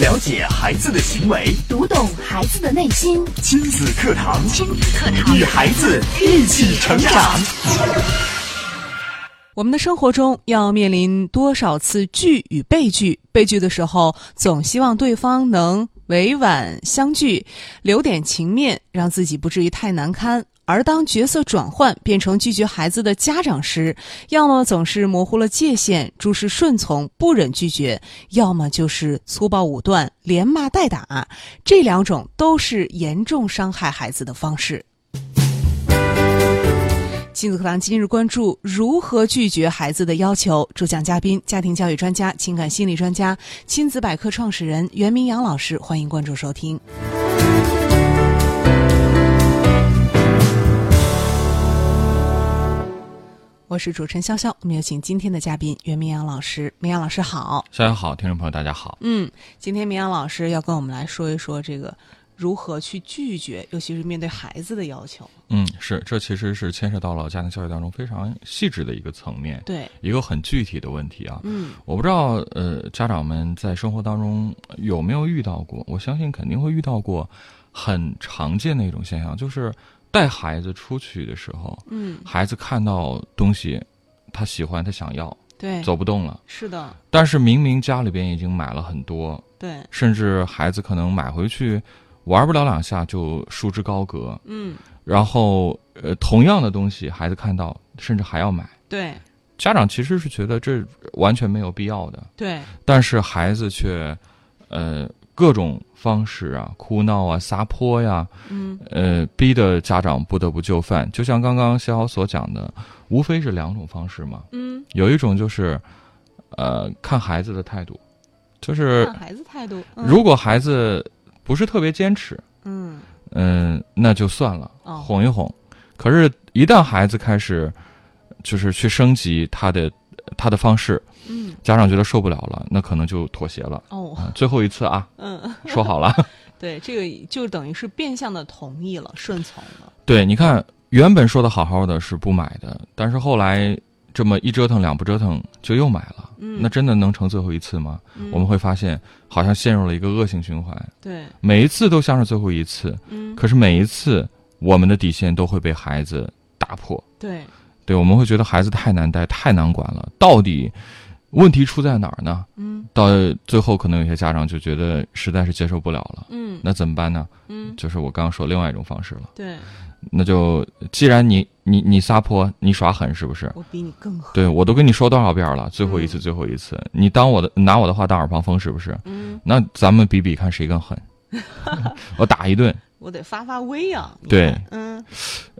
了解孩子的行为，读懂孩子的内心。亲子课堂，亲子课堂与孩子一起成长。我们的生活中要面临多少次拒与被拒？被拒的时候，总希望对方能委婉相拒，留点情面，让自己不至于太难堪。而当角色转换变成拒绝孩子的家长时，要么总是模糊了界限，诸事顺从，不忍拒绝；要么就是粗暴武断，连骂带打。这两种都是严重伤害孩子的方式。亲子课堂今日关注：如何拒绝孩子的要求？主讲嘉宾：家庭教育专家、情感心理专家、亲子百科创始人袁明阳老师。欢迎关注收听。我是主持人潇潇，我们有请今天的嘉宾袁明阳老师。明阳老师好，大家好，听众朋友大家好。嗯，今天明阳老师要跟我们来说一说这个如何去拒绝，尤其是面对孩子的要求。嗯，是，这其实是牵涉到了家庭教育当中非常细致的一个层面，对，一个很具体的问题啊。嗯我不知道呃，家长们在生活当中有没有遇到过？我相信肯定会遇到过，很常见的一种现象，就是带孩子出去的时候，嗯，孩子看到东西，他喜欢，他想要，对，走不动了，是的，但是明明家里边已经买了很多，对，甚至孩子可能买回去玩不了两下就束之高阁，嗯，然后呃，同样的东西，孩子看到甚至还要买，对家长其实是觉得这完全没有必要的，对，但是孩子却呃各种方式啊，哭闹啊，撒泼呀、嗯，呃，逼得家长不得不就范。就像刚刚肖潇所讲的，无非是两种方式嘛，嗯，有一种就是呃看孩子的态度，就是看孩子态度，嗯如果孩子不是特别坚持，嗯嗯，那就算了，哦哄一哄。可是，一旦孩子开始就是去升级他的他的方式，嗯家长觉得受不了了，那可能就妥协了。哦啊最后一次 啊，嗯，说好了。对，这个就等于是变相的同意了，顺从了，对，你看，原本说的好好的是不买的，但是后来这么一折腾两不折腾，就又买了。嗯那真的能成最后一次吗？嗯我们会发现，好像陷入了一个恶性循环，对，每一次都像是最后一次，嗯可是每一次我们的底线都会被孩子打破。对，对，我们会觉得孩子太难带、太难管了。到底问题出在哪儿呢？嗯到最后，可能有些家长就觉得实在是接受不了了。嗯那怎么办呢？嗯，就是我刚刚说另外一种方式了。对那就既然你你你撒泼，你耍狠，是不是？我比你更狠，对我都跟你说多少遍了，最后一次，嗯最后一次，你当我的拿我的话当耳旁风，是不是？嗯，那咱们比比看谁更狠。我打一顿。我得发发威啊，你对看，嗯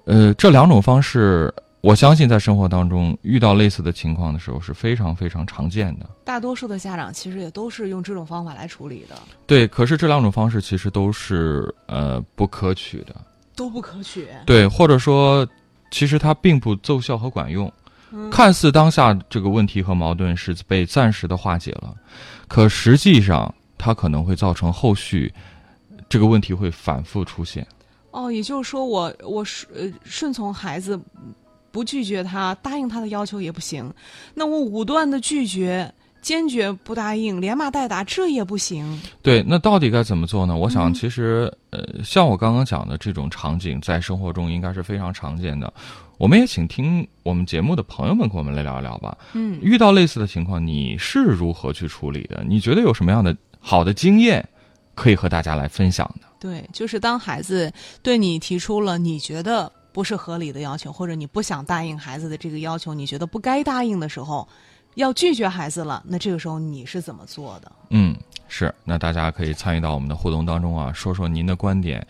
呃，这两种方式，我相信在生活当中遇到类似的情况的时候是非常非常常见的。大多数的家长其实也都是用这种方法来处理的，对，可是这两种方式其实都是呃不可取的，都不可取，对，或者说，其实它并不奏效和管用。嗯看似当下这个问题和矛盾是被暂时的化解了，可实际上它可能会造成后续这个问题会反复出现。哦，也就是说我我顺呃顺从孩子，不拒绝他，答应他的要求也不行，那我武断的拒绝，坚决不答应，连骂带打，这也不行。对，那到底该怎么做呢？我想，嗯其实、呃，像我刚刚讲的这种场景，在生活中应该是非常常见的。我们也请听我们节目的朋友们跟我们来聊一聊吧。嗯遇到类似的情况，你是如何去处理的？你觉得有什么样的好的经验可以和大家来分享的？对，就是当孩子对你提出了你觉得不是合理的要求，或者你不想答应孩子的这个要求，你觉得不该答应的时候，要拒绝孩子了，那这个时候你是怎么做的？嗯，是。那大家可以参与到我们的互动当中啊，说说您的观点。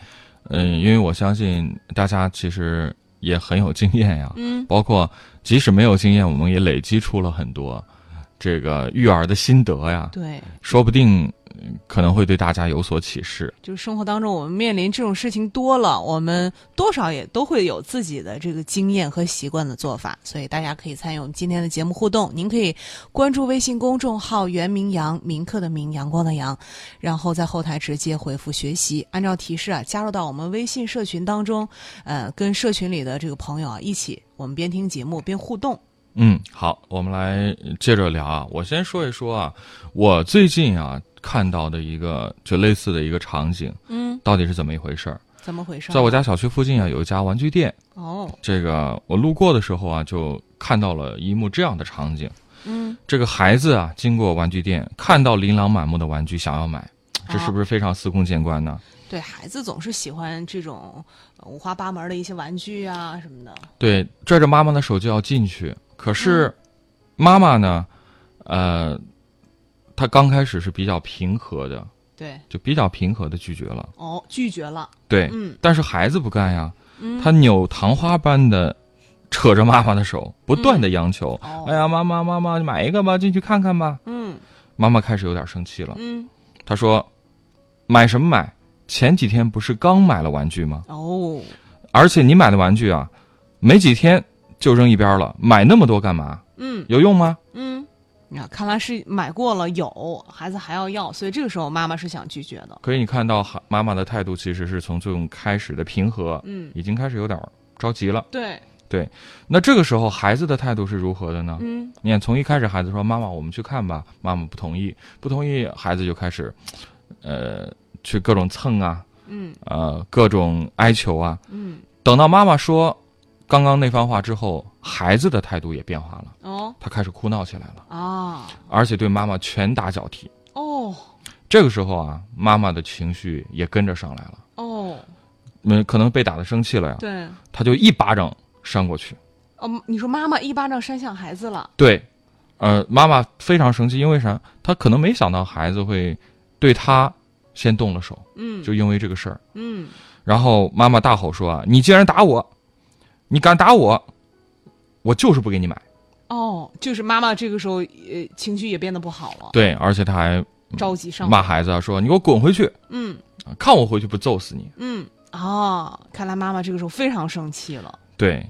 嗯，因为我相信大家其实也很有经验呀、嗯包括即使没有经验，我们也累积出了很多这个育儿的心得呀，对，说不定嗯可能会对大家有所启示。就是生活当中我们面临这种事情多了，我们多少也都会有自己的这个经验和习惯的做法，所以大家可以参与我们今天的节目互动。您可以关注微信公众号“袁明阳”，铭刻的明，阳光的阳，然后在后台直接回复“学习”，按照提示啊加入到我们微信社群当中，呃，跟社群里的这个朋友啊一起，我们边听节目边互动。嗯，好，我们来接着聊啊。我先说一说啊，我最近啊看到的一个就类似的一个场景，嗯，到底是怎么一回事儿？怎么回事儿？在我家小区附近啊，有一家玩具店，哦，这个我路过的时候啊，就看到了一幕这样的场景：嗯，这个孩子啊，经过玩具店，看到琳琅满目的玩具，想要买，啊这是不是非常司空见惯呢？对孩子总是喜欢这种呃五花八门的一些玩具啊什么的，对，拽着妈妈的手就要进去，可是妈妈呢，呃，她刚开始是比较平和的，对，就比较平和的拒绝了。哦，拒绝了，对，嗯但是孩子不干呀，嗯，他扭糖花般的扯着妈妈的手，不断的央求：“哦哎呀，妈妈，妈妈，买一个吧，进去看看吧。嗯”妈妈开始有点生气了，嗯，她说：“买什么买？前几天不是刚买了玩具吗？哦，而且你买的玩具啊，没几天就扔一边了，买那么多干嘛？嗯有用吗？嗯。啊，看来是买过了有，孩子还要要，所以这个时候妈妈是想拒绝的。可以，你看到孩妈妈的态度其实是从最开始的平和，嗯，已经开始有点儿着急了。对，那这个时候孩子的态度是如何的呢？嗯你看，从一开始孩子说“妈妈，我们去看吧”，妈妈不同意，不同意，孩子就开始，呃，去各种蹭啊，嗯呃，各种哀求啊。嗯，等到妈妈说刚刚那番话之后，孩子的态度也变化了，哦他开始哭闹起来了，啊，而且对妈妈拳打脚踢。哦这个时候啊，妈妈的情绪也跟着上来了，哦，嗯，可能被打的生气了呀，对，他就一巴掌扇过去。哦，你说妈妈一巴掌扇向孩子了，对，呃，妈妈非常生气，因为啥？她可能没想到孩子会对她先动了手，嗯就因为这个事儿。嗯，然后妈妈大吼说：“啊，你竟然打我！你敢打我！我就是不给你买。哦，就是妈妈这个时候呃情绪也变得不好”了，对，而且她还着急上火骂孩子啊说：“你给我滚回去！嗯啊看我回去不揍死你嗯啊，看来妈妈这个时候非常生气了。！”对。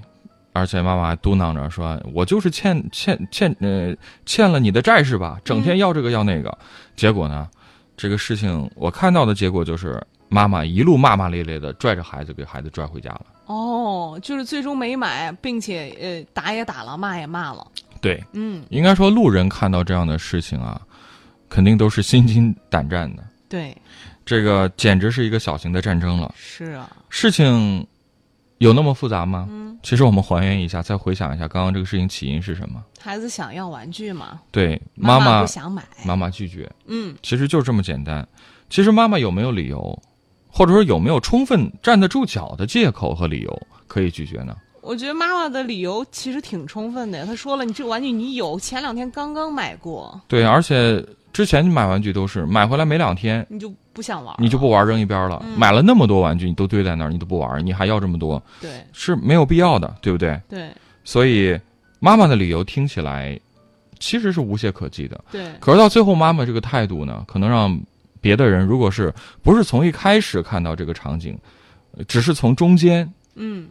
而且妈妈还嘟囔着说：“我就是欠欠欠呃欠了你的债是吧？整天要这个要那个，结果呢，这个事情我看到的结果就是妈妈一路骂骂咧咧的拽着孩子给孩子拽回家了。哦，就是最终没买，并且呃打也打了，骂也骂了。对，嗯，应该说，路人看到这样的事情啊，肯定都是心惊胆战的。对，这个简直是一个小型的战争了。是啊，事情有那么复杂吗？嗯其实我们还原一下，再回想一下刚刚这个事情起因是什么。孩子想要玩具嘛，对，妈妈不想买。妈妈拒绝，嗯其实就这么简单。其实妈妈有没有理由，或者说有没有充分站得住脚的借口和理由可以拒绝呢？我觉得妈妈的理由其实挺充分的，她说了，你这个玩具你有，前两天刚刚买过，对，而且之前买玩具都是买回来没两天，你就不想玩，你就不。玩扔一边了。买了那么多玩具，你都堆在那儿，你都不玩，你还要这么多，对是没有必要的，对不对？对所以妈妈的理由听起来其实是无懈可击的，对，可是到最后妈妈这个态度呢，可能让别的人如果是不是从一开始看到这个场景，呃只是从中间嗯，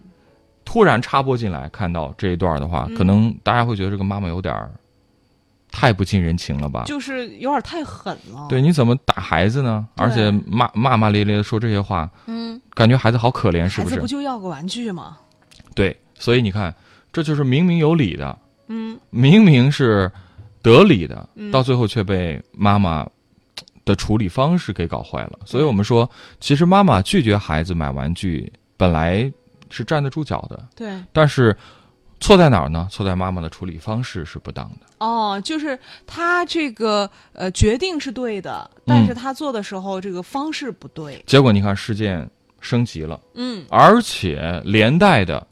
突然插播进来看到这一段的话，嗯可能大家会觉得这个妈妈有点儿太不近人情了吧？就是有点太狠了。啊对，，你怎么打孩子呢？对而且骂骂骂咧咧的说这些话，嗯，感觉孩子好可怜，是孩不子是？不就要个玩具吗？对，所以你看，这就是明明有理的，嗯，明明是得理的，嗯到最后却被妈妈的处理方式给搞坏了。所以我们说，其实妈妈拒绝孩子买玩具本来是站得住脚的，对。但是错在哪儿呢？错在妈妈的处理方式是不当的。哦，就是他这个呃决定是对的，但嗯是他做的时候这个方式不对。结果你看，事件升级了，嗯而且连带的，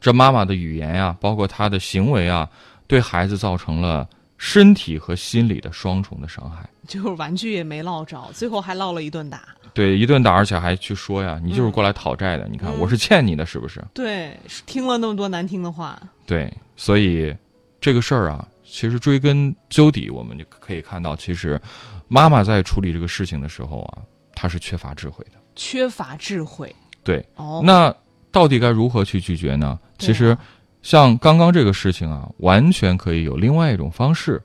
这妈妈的语言啊，包括她的行为啊，对孩子造成了身体和心理的双重的伤害。就是玩具也没落着，最后还落了一顿打。对，一顿打，而且还去说呀，你就是过来讨债的，你看我是欠你的，是不是？对，是听了那么多难听的话。对，所以这个事儿啊，其实追根究底，我们就可以看到，其实妈妈在处理这个事情的时候啊，她是缺乏智慧的。缺乏智慧。对，哦，那到底该如何去拒绝呢？对啊其实，像刚刚这个事情啊，完全可以有另外一种方式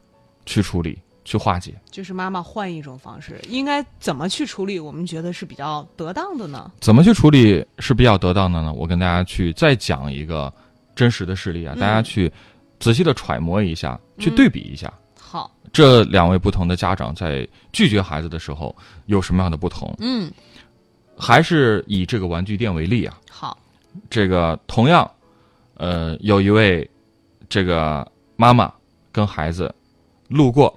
去处理、去化解。就是妈妈换一种方式，应该怎么去处理？我们觉得是比较得当的呢？怎么去处理是比较得当的呢？我跟大家去再讲一个真实的事例啊，嗯大家去仔细的揣摩一下，去嗯对比一下。好，这两位不同的家长在拒绝孩子的时候有什么样的不同？嗯，还是以这个玩具店为例啊，好，这个同样，呃，有一位这个妈妈跟孩子路过，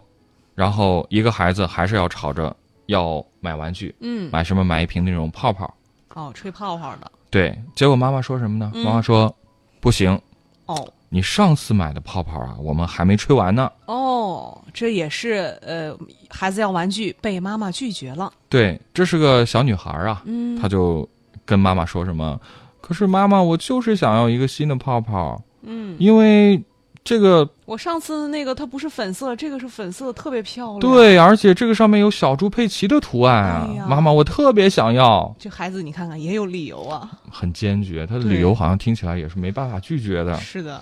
然后一个孩子还是要吵着要买玩具，嗯，买什么买一瓶那种泡泡，哦，吹泡泡的，对，结果妈妈说什么呢？嗯妈妈说，不行，哦你上次买的泡泡啊，我们还没吹完呢。哦，这也是呃，孩子要玩具被妈妈拒绝了，对，这是个小女孩啊，嗯，她就跟妈妈说什么，可是妈妈，我就是想要一个新的泡泡，嗯，因为这个我上次那个它不是粉色，这个是粉色，特别漂亮，，对，而且这个上面有小猪佩奇的图案哎呀啊，妈妈，我特别想要，这孩子你看看也有理由啊，很坚决。她的对理由好像听起来也是没办法拒绝的。是的，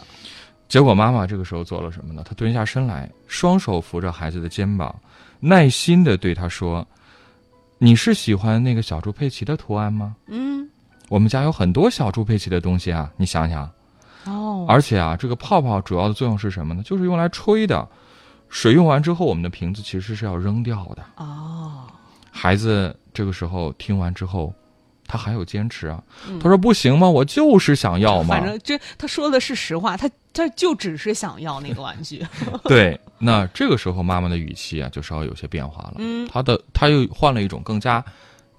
结果妈妈这个时候做了什么呢？她蹲下身来，双手扶着孩子的肩膀，耐心的对他说：“你是喜欢那个小猪佩奇的图案吗？嗯，我们家有很多小猪佩奇的东西啊，你想想。哦，而且啊，这个泡泡主要的作用是什么呢？就是用来吹的。水用完之后，我们的瓶子其实是要扔掉的。哦，孩子这个时候听完之后，他还有坚持啊，他说不行吗？我就是想要嘛嗯反。正这他说的是实话，他他就只是想要那个玩 具， 对，那这个时候妈妈的语气啊，就稍微有些变化了。嗯她的她又换了一种更加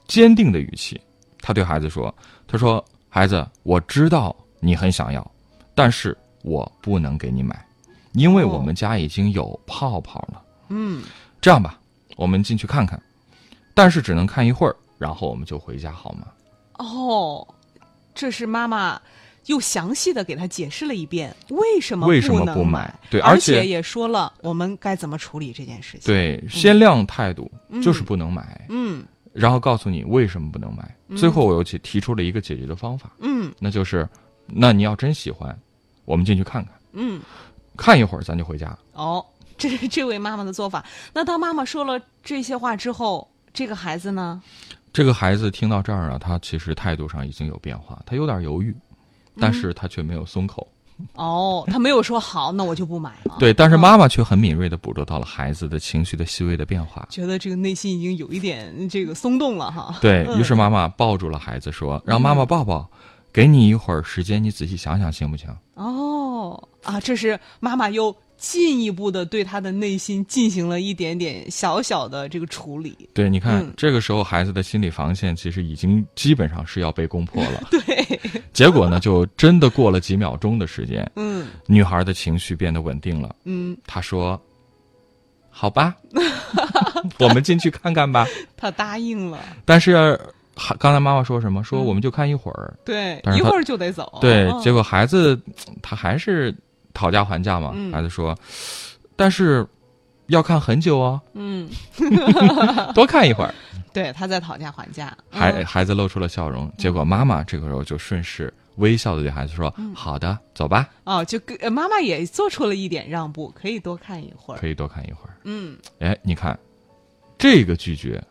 坚定的语气，她对孩子说：“她说孩子，我知道你很想要，但是我不能给你买，因为哦我们家已经有泡泡了。”嗯，这样吧，我们进去看看，但是只能看一会儿，然后我们就回家好吗？哦，这是妈妈又详细的给他解释了一遍为什么为什么能不买买？对而而且也说了我们该怎么处理这件事情。，对，先亮态度、就是不能买，嗯然后告诉你为什么不能买。最后我又去提出了一个解决的方法，嗯那就是，那你要真喜欢，我们进去看看，嗯，看一会儿咱就回家。哦，这是这位妈妈的做法。那当妈妈说了这些话之后，这个孩子呢？这个孩子听到这儿啊，他其实态度上已经有变化，他有点犹豫，但是他却没有松口。哦，他没有说好，那我就不买了。，对，但是妈妈却很敏锐地捕捉到了孩子的情绪的细微的变化。觉得这个内心已经有一点这个松动了哈。对于是妈妈抱住了孩子，说：“让妈妈抱抱，给你一会儿时间，你仔细想想行不行哦啊，这是妈妈又进一步的对他的内心进行了一点点小小的这个处理？”。对，你看、嗯这个时候孩子的心理防线其实已经基本上是要被攻破了。 对，结果呢，就真的过了几秒钟的时间，嗯女孩的情绪变得稳定了。嗯，她说：“好吧， 我们进去看看吧。他答应了，”但是还刚才妈妈说什么？嗯说我们就看一会儿。对但，一是他会儿就得走。对，嗯结果孩子他还是讨价还价嘛，嗯孩子说，但是要看很久 哦，嗯，多看一会儿。对，他在讨价还价。孩嗯孩子露出了笑容，结果妈妈这个时候就顺势微笑的对孩子说：“嗯好的，走吧，哦，就跟呃妈妈也做出了一点让步，可以多看一会儿。可以多看一会儿。嗯，”哎，你看，这个拒绝，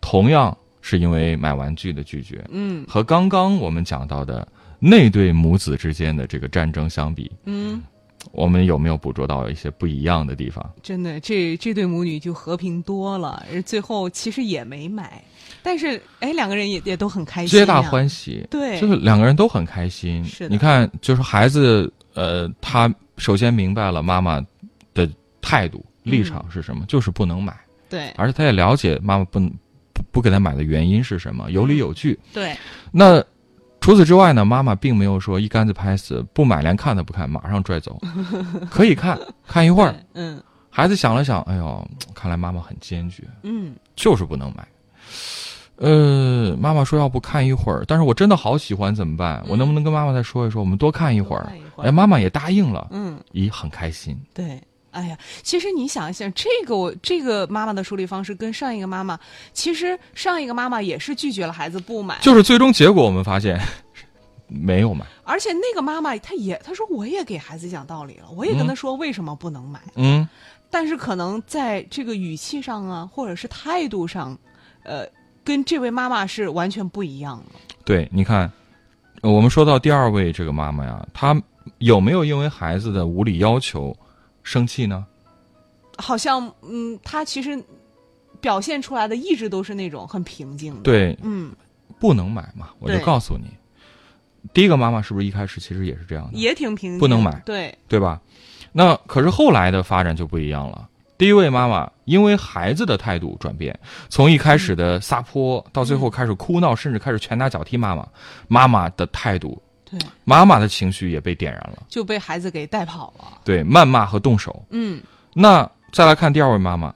同样是因为买玩具的拒绝，嗯，和刚刚我们讲到的那对母子之间的这个战争相比，嗯，我们有没有捕捉到一些不一样的地方？真的，这这对母女就和平多了。而最后其实也没买，但是哎，两个人也也都很开心、啊，皆大欢喜，对就是两个人都很开心。是的你看，就是孩子，呃，他首先明白了妈妈的态度、立场是什嗯么，就是不能买，对而且他也了解妈妈不不不给他买的原因是什嗯么，有理有据。对，那除此之外呢，妈妈并没有说一竿子拍死，不买连看都不看，马上拽 走，可以看看一会儿。嗯孩子想了想，哎呦，看来妈妈很坚决，嗯就是不能买。呃，妈妈说要不看一会儿，但是我真的好喜欢，怎么办？我能不能跟妈妈再说一说？我们多看一会多儿看一。会儿哎，妈妈也答应了，嗯，咦，很开心。对。哎呀，其实你想一想，这个我这个妈妈的处理方式跟上一个妈妈，其实上一个妈妈也是拒绝了孩子不买，就是最终结果，我们发现没有买。而且那个妈妈她也她说我也给孩子讲道理了，我也跟他说为什么不能买，嗯，但是可能在这个语气上啊，或者是态度上，呃，跟这位妈妈是完全不一样的。对，你看，呃我们说到第二位这个妈妈呀，她有没有因为孩子的无理要求生气呢？好像嗯，他其实表现出来的一直都是那种很平静的。，对，嗯，不能买嘛，我就对告诉你。第一个妈妈是不是一开始其实也是这样的，也挺平静，不能买对，对吧？那可是后来的发展就不一样了。第一位妈妈因为孩子的态度转变，从一开始的撒泼，到最后开始哭闹，甚至开始拳打脚踢妈妈，妈妈的态度，对，妈妈的情绪也被点燃了，就被孩子给带跑了。对，谩骂和动手。嗯，那再来看第二位妈妈，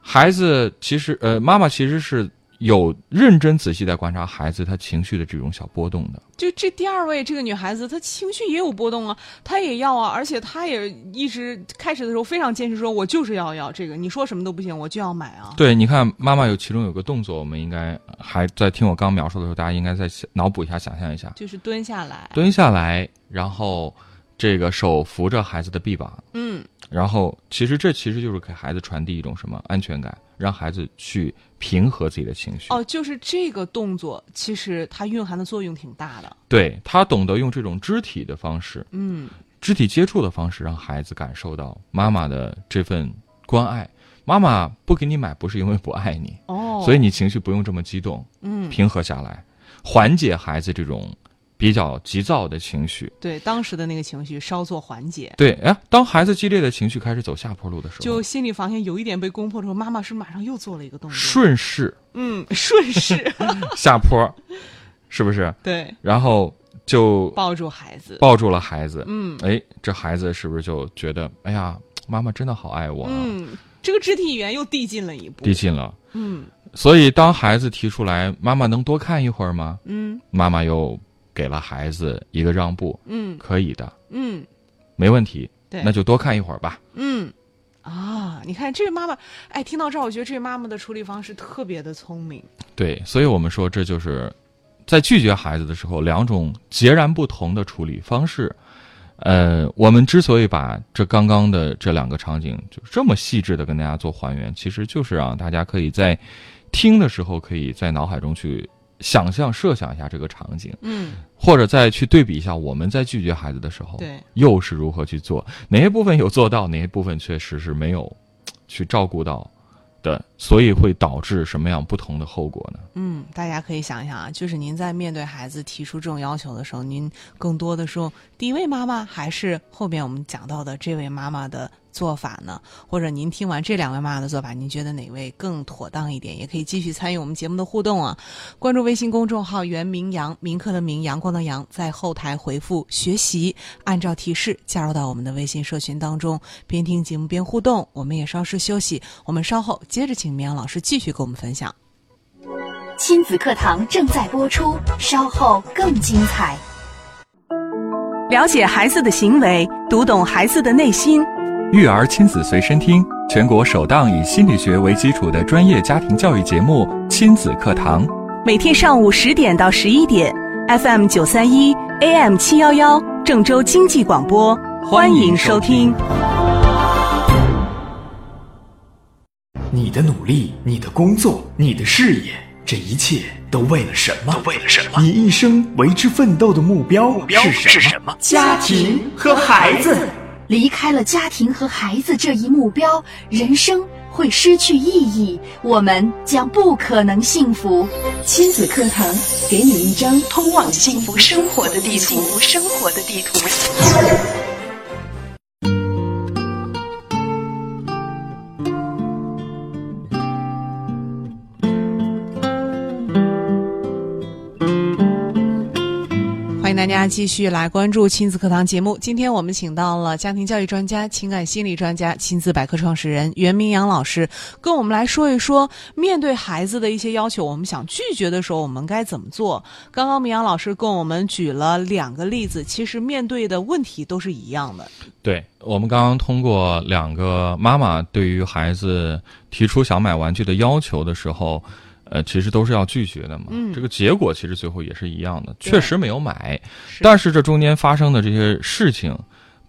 孩子其实呃，妈妈其实是有认真仔细在观察孩子他情绪的这种小波动的。就这第二位这个女孩子，她情绪也有波动啊，她也要啊，而且她也一直开始的时候非常坚持说，我就是要要这个，你说什么都不行，我就要买啊。对，你看妈妈有其中有个动作，我们应该还在听我刚描述的时候，大家应该再想脑补一下，想象一下，就是蹲下来，蹲下来，然后这个手扶着孩子的臂膀，嗯，然后其实这其实就是给孩子传递一种什么安全感，让孩子去平和自己的情绪。哦，就是这个动作，其实它蕴含的作用挺大的。对他懂得用这种肢体的方式，嗯，肢体接触的方式，让孩子感受到妈妈的这份关爱。妈妈不给你买，不是因为不爱你，哦，所以你情绪不用这么激动，嗯，平和下来，缓解孩子这种比较急躁的情绪。对当时的那个情绪稍作缓解，对，哎，当孩子激烈的情绪开始走下坡路的时候，就心理防线有一点被攻破的时候，妈妈是马上又做了一个动作，顺势嗯，顺 势，下坡，是不是？对，然后就抱住孩子，抱住了孩子。嗯哎，这孩子是不是就觉得，哎呀，妈妈真的好爱我啊，嗯，这个肢体语言又递进了一步递，进了。嗯所以，当孩子提出来“妈妈能多看一会儿吗嗯”，妈妈又给了孩子一个让步，嗯可以的，嗯，没问题，对，那就多看一会儿吧。嗯。啊，你看这位妈妈，哎，听到这儿，我觉得这位妈妈的处理方式特别的聪明。对，所以我们说，这就是在拒绝孩子的时候，两种截然不同的处理方式。呃，我们之所以把这刚刚的这两个场景就这么细致的跟大家做还原，其实就是让大家可以在听的时候，可以在脑海中去想象、设想一下这个场景，嗯，或者再去对比一下我们在拒绝孩子的时候，对，又是如何去做，哪些部分有做到，哪些部分确实是没有去照顾到的，所以会导致什么样不同的后果呢？嗯，大家可以想一想啊，就是您在面对孩子提出这种要求的时候，您更多的是用第一位妈妈，还是后面我们讲到的这位妈妈的做法呢？或者您听完这两位妈妈的做法，您觉得哪位更妥当一点？也可以继续参与我们节目的互动啊！关注微信公众号“袁明阳”，明课的明，阳光的阳，在后台回复“学习”，按照提示加入到我们的微信社群当中，边听节目边互动。我们也稍事休息，我们稍后接着请明阳老师继续给我们分享。亲子课堂正在播出，稍后更精彩。了解孩子的行为，读懂孩子的内心。育儿亲子随身听，全国首档以心理学为基础的专业家庭教育节目《亲子课堂》。每天上午十点到十一点，FM 九三一，AM 七幺幺，郑州经济广播，欢迎收听。你的努力，你的工作，你的事业，这一切都为了什么？都为了什么？你一生为之奋斗的目标是什么？是什么？家庭和孩子，离开了家庭和孩子这一目标，人生会失去意义，我们将不可能幸福。亲子课堂给你一张通往幸福生活的地图。生活的地图。欢迎大家继续来关注亲子课堂节目。今天我们请到了家庭教育专家、情感心理专家、亲子百科创始人袁明阳老师，跟我们来说一说，面对孩子的一些要求，我们想拒绝的时候，我们该怎么做？刚刚明阳老师跟我们举了两个例子，其实面对的问题都是一样的。对我们刚刚通过两个妈妈对于孩子提出想买玩具的要求的时候，呃，其实都是要拒绝的嘛。嗯这个结果其实最后也是一样的，对确实没有买，是但是这中间发生的这些事情。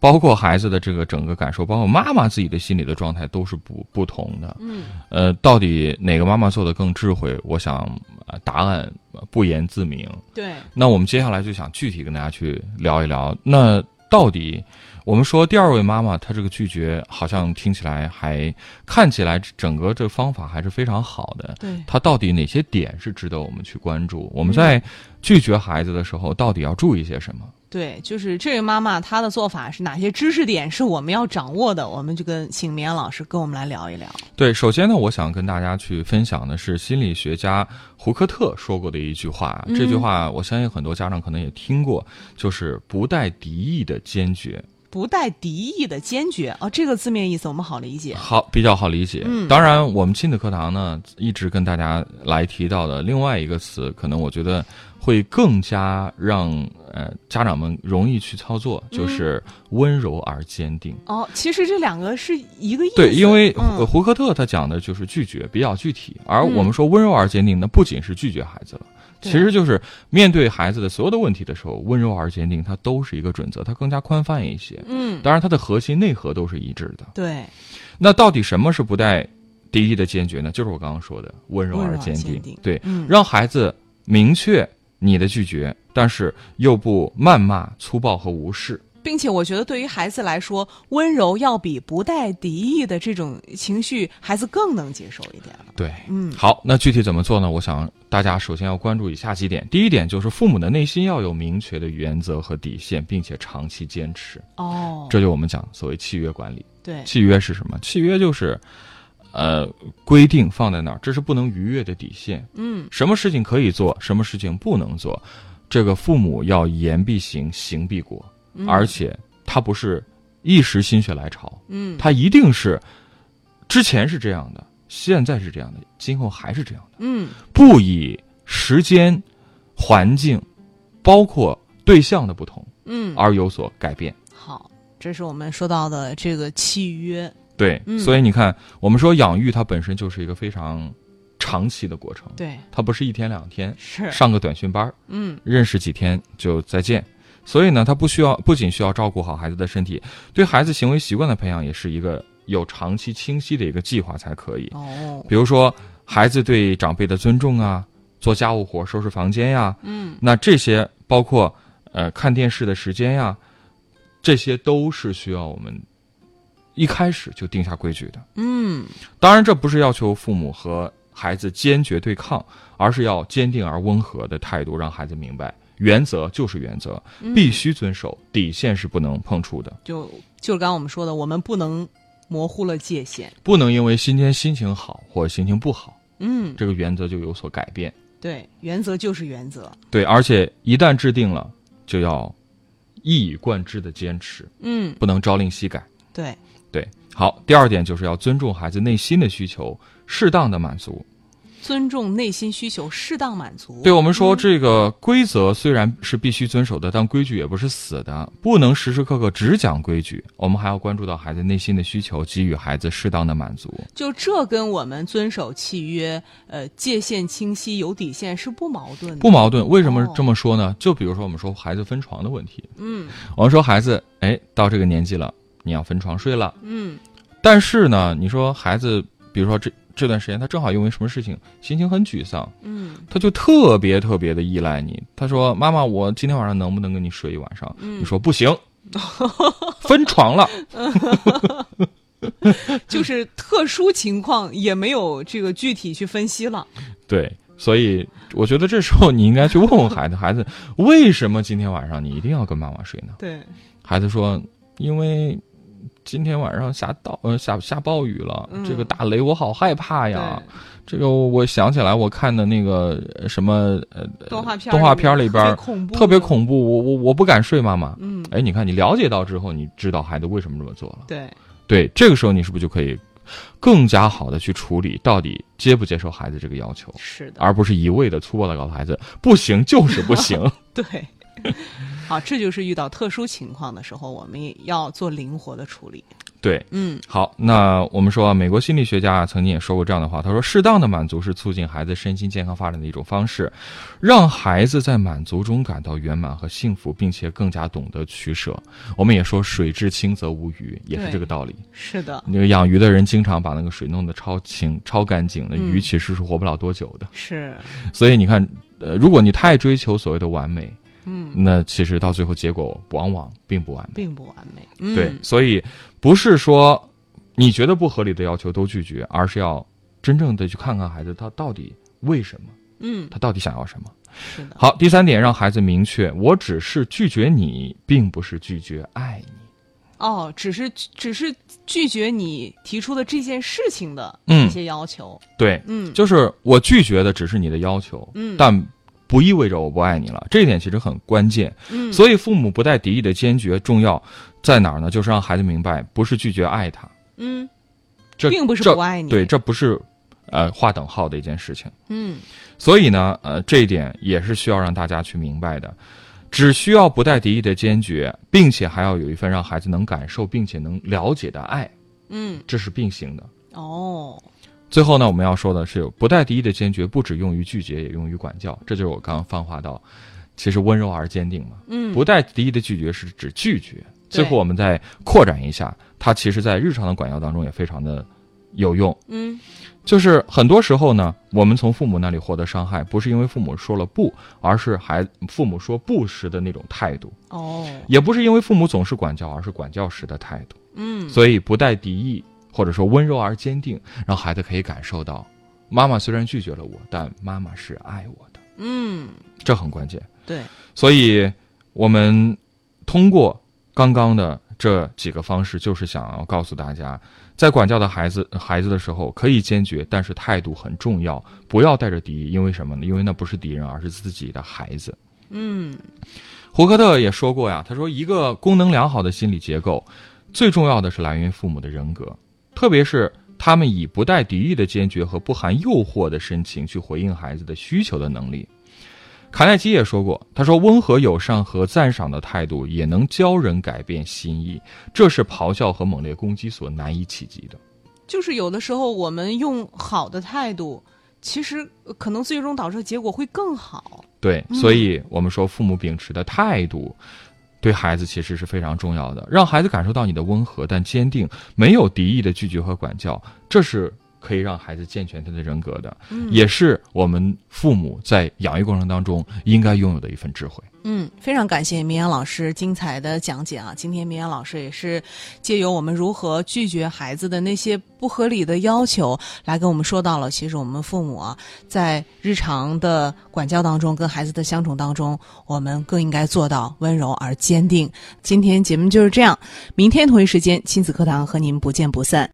包括孩子的这个整个感受，包括妈妈自己的心理的状态都是不不同的。嗯，呃，到底哪个妈妈做的更智慧？我想，呃答案呃不言自明。对，那我们接下来就想具体跟大家去聊一聊，那到底我们说第二位妈妈，她这个拒绝好像听起来还看起来整个这个方法还是非常好的。对，它到底哪些点是值得我们去关注？我们在拒绝孩子的时候，到底要注意些什么？对，就是这位妈妈她的做法是哪些知识点是我们要掌握的？我们就跟请绵阳老师跟我们来聊一聊。对，首先呢，我想跟大家去分享的是心理学家胡科特说过的一句话。这句话我相信很多家长可能也听过，就是不带敌意的坚决。不带敌意的坚决哦，这个字面意思我们好理解。好，比较好理解。嗯当然，我们亲子课堂呢，一直跟大家来提到的另外一个词，可能我觉得会更加让呃家长们容易去操作，嗯就是温柔而坚定。哦，其实这两个是一个意思。对，因为胡嗯胡克特他讲的就是拒绝比较具体，而嗯我们说温柔而坚定，那不仅是拒绝孩子了。对其实就是面对孩子的所有的问题的时候，温柔而坚定，它都是一个准则，它更加宽泛一些。嗯，当然，它的核心内核都是一致的。对，那到底什么是不带敌意的坚决呢？就是我刚刚说的温柔而坚温定，柔而坚定对，嗯，让孩子明确你的拒绝，但是又不谩骂、粗暴和无视。并且我觉得对于孩子来说，温柔要比不带敌意的这种情绪，孩子更能接受一点了。对，嗯，好，那具体怎么做呢？我想大家首先要关注以下几点。第一点就是父母的内心要有明确的原则和底线，并且长期坚持。哦，这就我们讲所谓契约管理。对，契约是什么？契约就是，呃，规定放在那儿，这是不能逾越的底线。嗯，什么事情可以做，什么事情不能做，这个父母要言必行，行必果，嗯而且他不是一时心血来潮，嗯，他一定是之前是这样的，现在是这样的，今后还是这样的，嗯，不以时间、环境，包括对象的不同嗯，而有所改变。好，这是我们说到的这个契约。对，嗯所以你看，我们说养育它本身就是一个非常长期的过程，对，它不是一天两天，是，上个短训班儿嗯，认识几天就再见。所以呢，他不需要不仅需要照顾好孩子的身体，对孩子行为习惯的培养也是一个有长期清晰的一个计划才可以。哦，比如说，孩子对长辈的尊重啊，做家务活、收拾房间呀、嗯，那这些包括呃看电视的时间呀、这些都是需要我们一开始就定下规矩的。嗯，当然，这不是要求父母和孩子坚决对抗，而是要坚定而温和的态度，让孩子明白原则就是原则，必须遵守，底线是不能碰触的，就就是刚刚我们说的，我们不能模糊了界限。不能因为今天心情好或者心情不好，嗯，这个原则就有所改变。对，原则就是原则。对，而且一旦制定了，就要一以贯之的坚持，嗯，不能朝令夕改。对，对，好，第二点就是要尊重孩子内心的需求，适当的满足。尊重内心需求，适当满足。对我们说，这个规则虽然是必须遵守的，但规矩也不是死的，不能时时刻刻只讲规矩。我们还要关注到孩子内心的需求，给予孩子适当的满足。就这跟我们遵守契约、呃界限清晰、有底线是不矛盾的。不矛盾。为什么哦这么说呢？就比如说我们说孩子分床的问题，嗯我们说孩子，哎，到这个年纪了，你要分床睡了。嗯但是呢，你说孩子，比如说这这段时间他正好因为什么事情心情很沮丧，嗯他就特别特别的依赖你。他说：“妈妈，我今天晚上能不能跟你睡一晚上？”嗯你说：“不 行，分床了。就是特殊情况也没有这个具体去分析了。”对，所以我觉得这时候你应该去问问孩子：“孩子，为什么今天晚上你一定要跟妈妈睡呢对，？”孩子说：“因为今天晚上下到呃下下暴雨了，嗯这个大雷我好害怕对，哎呀。”这个我想起来，我看的那个呃什么呃动画片动画片里边特别儿恐怖，特别。恐怖，我我我不敢睡，妈妈。嗯，哎，你看，你了解到之后，你知道孩子为什么这么做了。对，对，这个时候你是不是就可以更加好的去处理到底接不接受孩子这个要求，是的，而不是一味的粗暴的告诉孩子不行就是不 行。对。好，这就是遇到特殊情况的时候，我们也要做灵活的处理。对，嗯，好，那我们说啊，美国心理学家啊曾经也说过这样的话，他说，适当的满足是促进孩子身心健康发展的一种方式，让孩子在满足中感到圆满和幸福，并且更加懂得取舍。我们也说，水至清则无鱼，也是对这个道理。是的，那个养鱼的人经常把那个水弄得超清、超干净，那嗯鱼其实是活不了多久的。是，所以你看，呃，如果你太追求所谓的完美，嗯，那其实到最后结果往往并不完美。并不完美。嗯、对，所以不是说你觉得不合理的要求都拒绝，而是要真正的去看看孩子他到底为什么，嗯，他到底想要什么。是的，好，第三点，让孩子明确，我只是拒绝你，并不是拒绝爱你。哦，只是只是拒绝你提出的这件事情的嗯一些要求。对，嗯就是我拒绝的只是你的要求，嗯但不意味着我不爱你了。这一点其实很关键，嗯，所以父母不带敌意的坚决重要在哪儿呢？就是让孩子明白，不是拒绝爱他，嗯这并不是这不爱你对，这不是呃划等号的一件事情。嗯所以呢，呃，这一点也是需要让大家去明白的。只需要不带敌意的坚决，并且还要有一份让孩子能感受并且能了解的爱，嗯，这是并行的。哦，最后呢，我们要说的是，不带敌意的坚决不只用于拒绝，也用于管教。这就是我刚刚泛化到，其实温柔而坚定嘛。嗯，不带敌意的拒绝是指拒绝。对最后我们再扩展一下，它其实在日常的管教当中也非常的有用。嗯就是很多时候呢，我们从父母那里获得伤害，不是因为父母说了不，而是孩父母说不时的那种态度，哦，也不是因为父母总是管教，而是管教时的态度。嗯所以不带敌意，或者说温柔而坚定，让孩子可以感受到，妈妈虽然拒绝了我，但妈妈是爱我的，嗯，这很关键。对，所以，我们通过刚刚的这几个方式，就是想要告诉大家，在管教的孩子孩子的时候，可以坚决，但是态度很重要，不要带着敌意，因为什么呢？因为那不是敌人，而是自己的孩子。嗯胡克特也说过呀，他说一个功能良好的心理结构，最重要的是来源于父母的人格，特别是他们以不带敌意的坚决和不含诱惑的深情去回应孩子的需求的能力。卡耐基也说过，他说温和、友善和赞赏的态度也能教人改变心意，这是咆哮和猛烈攻击所难以企及的。就是有的时候我们用好的态度，其实呃可能最终导致的结果会更好。对，嗯所以我们说父母秉持的态度，对孩子其实是非常重要的，让孩子感受到你的温和但坚定，没有敌意的拒绝和管教，这是可以让孩子健全他的人格的，也是我们父母在养育过程当中应该拥有的一份智慧。嗯，非常感谢明阳老师精彩的讲解啊！今天明阳老师也是借由我们如何拒绝孩子的那些不合理的要求，来跟我们说到了，其实我们父母啊，在日常的管教当中，跟孩子的相处当中，我们更应该做到温柔而坚定。今天节目就是这样，明天同一时间亲子课堂和您不见不散。